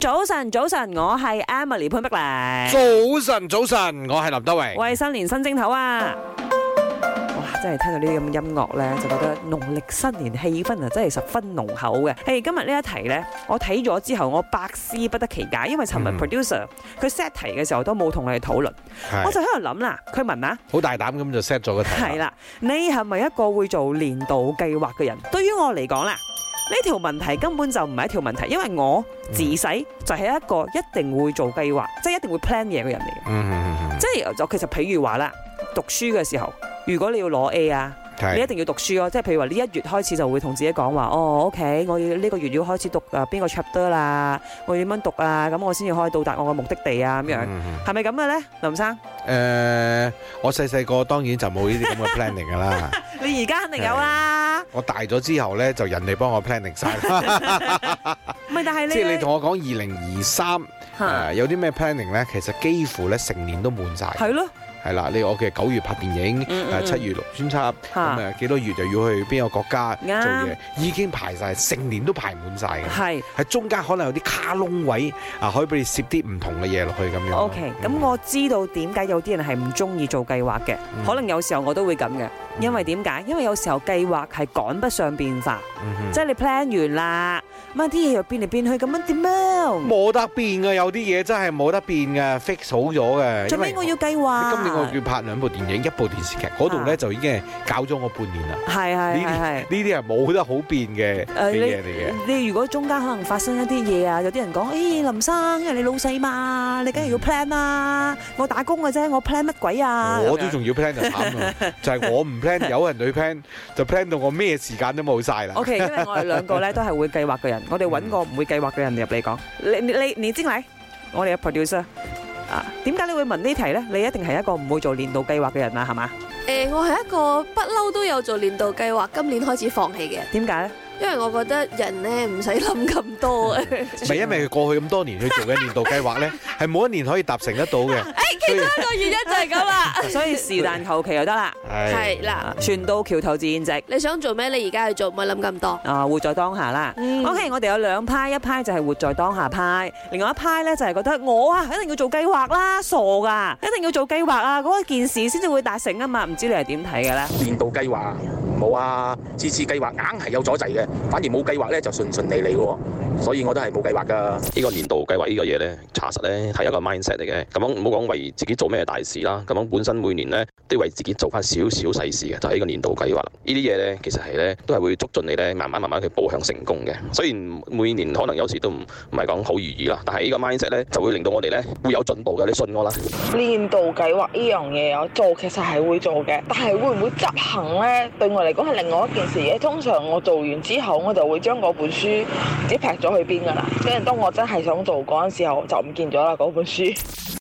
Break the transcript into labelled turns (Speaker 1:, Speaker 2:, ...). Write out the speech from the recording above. Speaker 1: 早晨，早晨，我係 Emily 潘碧玲。
Speaker 2: 早晨，早晨，我係林德榮。
Speaker 1: 喂，新年新正頭啊！哇，真係聽到呢啲咁嘅音樂呢，就覺得農曆新年氣氛啊，真係十分濃厚嘅。誒，今日呢一題呢，我睇咗之後，我百思不得其解，因為尋日
Speaker 2: 嗯
Speaker 1: producer 佢 set 題嘅時候都冇同我哋討論，我
Speaker 2: 係
Speaker 1: 就喺度諗啦，佢問啊，
Speaker 2: 好大膽咁就 set 咗個題啦。
Speaker 1: 係啦，你係咪一個會做年度計劃嘅人？對於我嚟講啦，呢條問題根本就唔係一條問題，因為我自
Speaker 2: 嗯
Speaker 1: 細就係一個一定會做計劃，即係一定會 plan 嘢嘅人嚟嘅。
Speaker 2: 嗯，嗯，嗯
Speaker 1: 即係就其實譬如話啦，讀書嘅時候，如果你要攞 A 啊，
Speaker 2: 嗯
Speaker 1: 你一
Speaker 2: 係
Speaker 1: 定要讀書咯。即係譬如話，呢一月開始就會同自己講話，哦，OK，我要呢個月要開始讀啊邊個 chapter 啦，我要點樣讀啊，咁我先至可以到達我嘅目的地啊咁樣。
Speaker 2: 嗯嗯
Speaker 1: 係咪咁嘅呢？林生，
Speaker 2: 嗯誒，我細細個當然就冇呢啲咁嘅 planning 噶啦。
Speaker 1: 你而家肯定有啦，
Speaker 2: 我大咗之後咧，就人哋幫我 planning 晒啦。
Speaker 1: 唔係但係
Speaker 2: 即係你
Speaker 1: 你
Speaker 2: 同我講二零二三
Speaker 1: 嚇
Speaker 2: 誒有啲咩 planning 咧，其實幾乎咧成年都滿晒。
Speaker 1: 係咯，
Speaker 2: 係啦，你我嘅九月拍電影，
Speaker 1: 嗯
Speaker 2: 誒
Speaker 1: 嗯
Speaker 2: 七月錄專輯，咁啊
Speaker 1: 嚇
Speaker 2: 誒幾多月就要去邊個國家做
Speaker 1: 啱
Speaker 2: 嘢，已經排晒，成年都排滿晒嘅。
Speaker 1: 係。
Speaker 2: 喺中間可能有啲卡窿位啊，可以俾你攝啲唔同嘅嘢落去咁樣咯。
Speaker 1: O K，咁我知道點解有啲人係唔中意做計劃嘅，
Speaker 2: 嗯
Speaker 1: 可能有時候我都會咁嘅，因為點解？因為有時候計劃係趕不上變化。即
Speaker 2: 即
Speaker 1: 係你 plan 完啦，咁啊啲嘢又變嚟變去，咁樣點樣？
Speaker 2: 冇得變嘅，有啲嘢真係冇得變嘅，fix 好咗嘅。
Speaker 1: 最
Speaker 2: 因為
Speaker 1: 尾我要計
Speaker 2: 你
Speaker 1: 劃。
Speaker 2: 今年我要拍兩部電影，一部電視劇，嗰度
Speaker 1: 啊
Speaker 2: 咧就已經係搞咗我半年啦。
Speaker 1: 係係係係
Speaker 2: 呢。啲係冇得好變
Speaker 1: 誒
Speaker 2: 嘅嘅嘢嚟嘅。
Speaker 1: 你你如果中間可能發生一啲嘢啊，有啲人講，誒、林生，因為你老細嘛，你梗係要 plan 啦。我打工嘅啫，我 plan 乜鬼啊？
Speaker 2: 我都
Speaker 1: 咁樣。
Speaker 2: 仲 要 plan 就慘啦，就係我唔 plan，有人去 plan，就 plan 到我咩時間都冇晒啦
Speaker 1: O。K，因為我哋兩個咧都係會計劃嘅人，我哋揾個唔會計劃嘅人入嚟講。你你你你精嚟，我哋嘅 producer 啊，點解你會問呢題咧？你一定係一個唔會做年度計劃嘅人啦，啊係嘛？
Speaker 3: 誒、我係一個不嬲都有做年度計劃，今年開始放棄嘅，
Speaker 1: 點解咧？
Speaker 3: 因為我覺得人咧唔使諗咁多啊。
Speaker 2: 唔係因為過去咁多年去做嘅年度計劃咧，係冇一年可以達成得到嘅。 所以
Speaker 3: 一個原因就係咁啦。
Speaker 1: 所以是但求其就得啦。啊
Speaker 2: 係
Speaker 3: 係啦，
Speaker 1: 船到橋頭自然直。
Speaker 3: 你想做咩？你而家去做，唔好諗咁多。
Speaker 1: 啊，活在當下啦。
Speaker 3: 嗯
Speaker 1: OK，我哋有兩派，一派就係活在當下派，另外一派咧就係覺得我啊一定要做計劃啦，傻噶，一定要做計劃啊，嗰件事先至會達成啊嘛。唔知你係點睇嘅咧？
Speaker 4: 年度計劃冇啊，次次計劃硬係有阻滯嘅，反而冇計劃咧就順順利利嘅喎，所以我都係冇計劃㗎。
Speaker 5: 呢個年度計劃呢個嘢呢，查實呢係一個 mindset 嚟嘅。咁樣唔好講為自己做咩大事啦，咁樣本身每年呢都要為自己做翻少少細事嘅，就係、呢個年度計劃啦。呢啲嘢呢，其實係呢都係會促進你呢慢慢慢慢去步向成功嘅。雖然每年可能有時都唔唔係講好如意啦，但係呢個 mindset 呢就會令到我哋呢會有進步嘅。你信我啦。
Speaker 6: 年度計劃呢樣嘢我做其實係會做嘅，但係會唔會執行呢？對我嚟講係另外一件事嘅。通常我做完之後，我就會將嗰本書唔知劈咗去邊㗎啦。跟住當我真係想做嗰陣時候，就唔見咗啦嗰本書。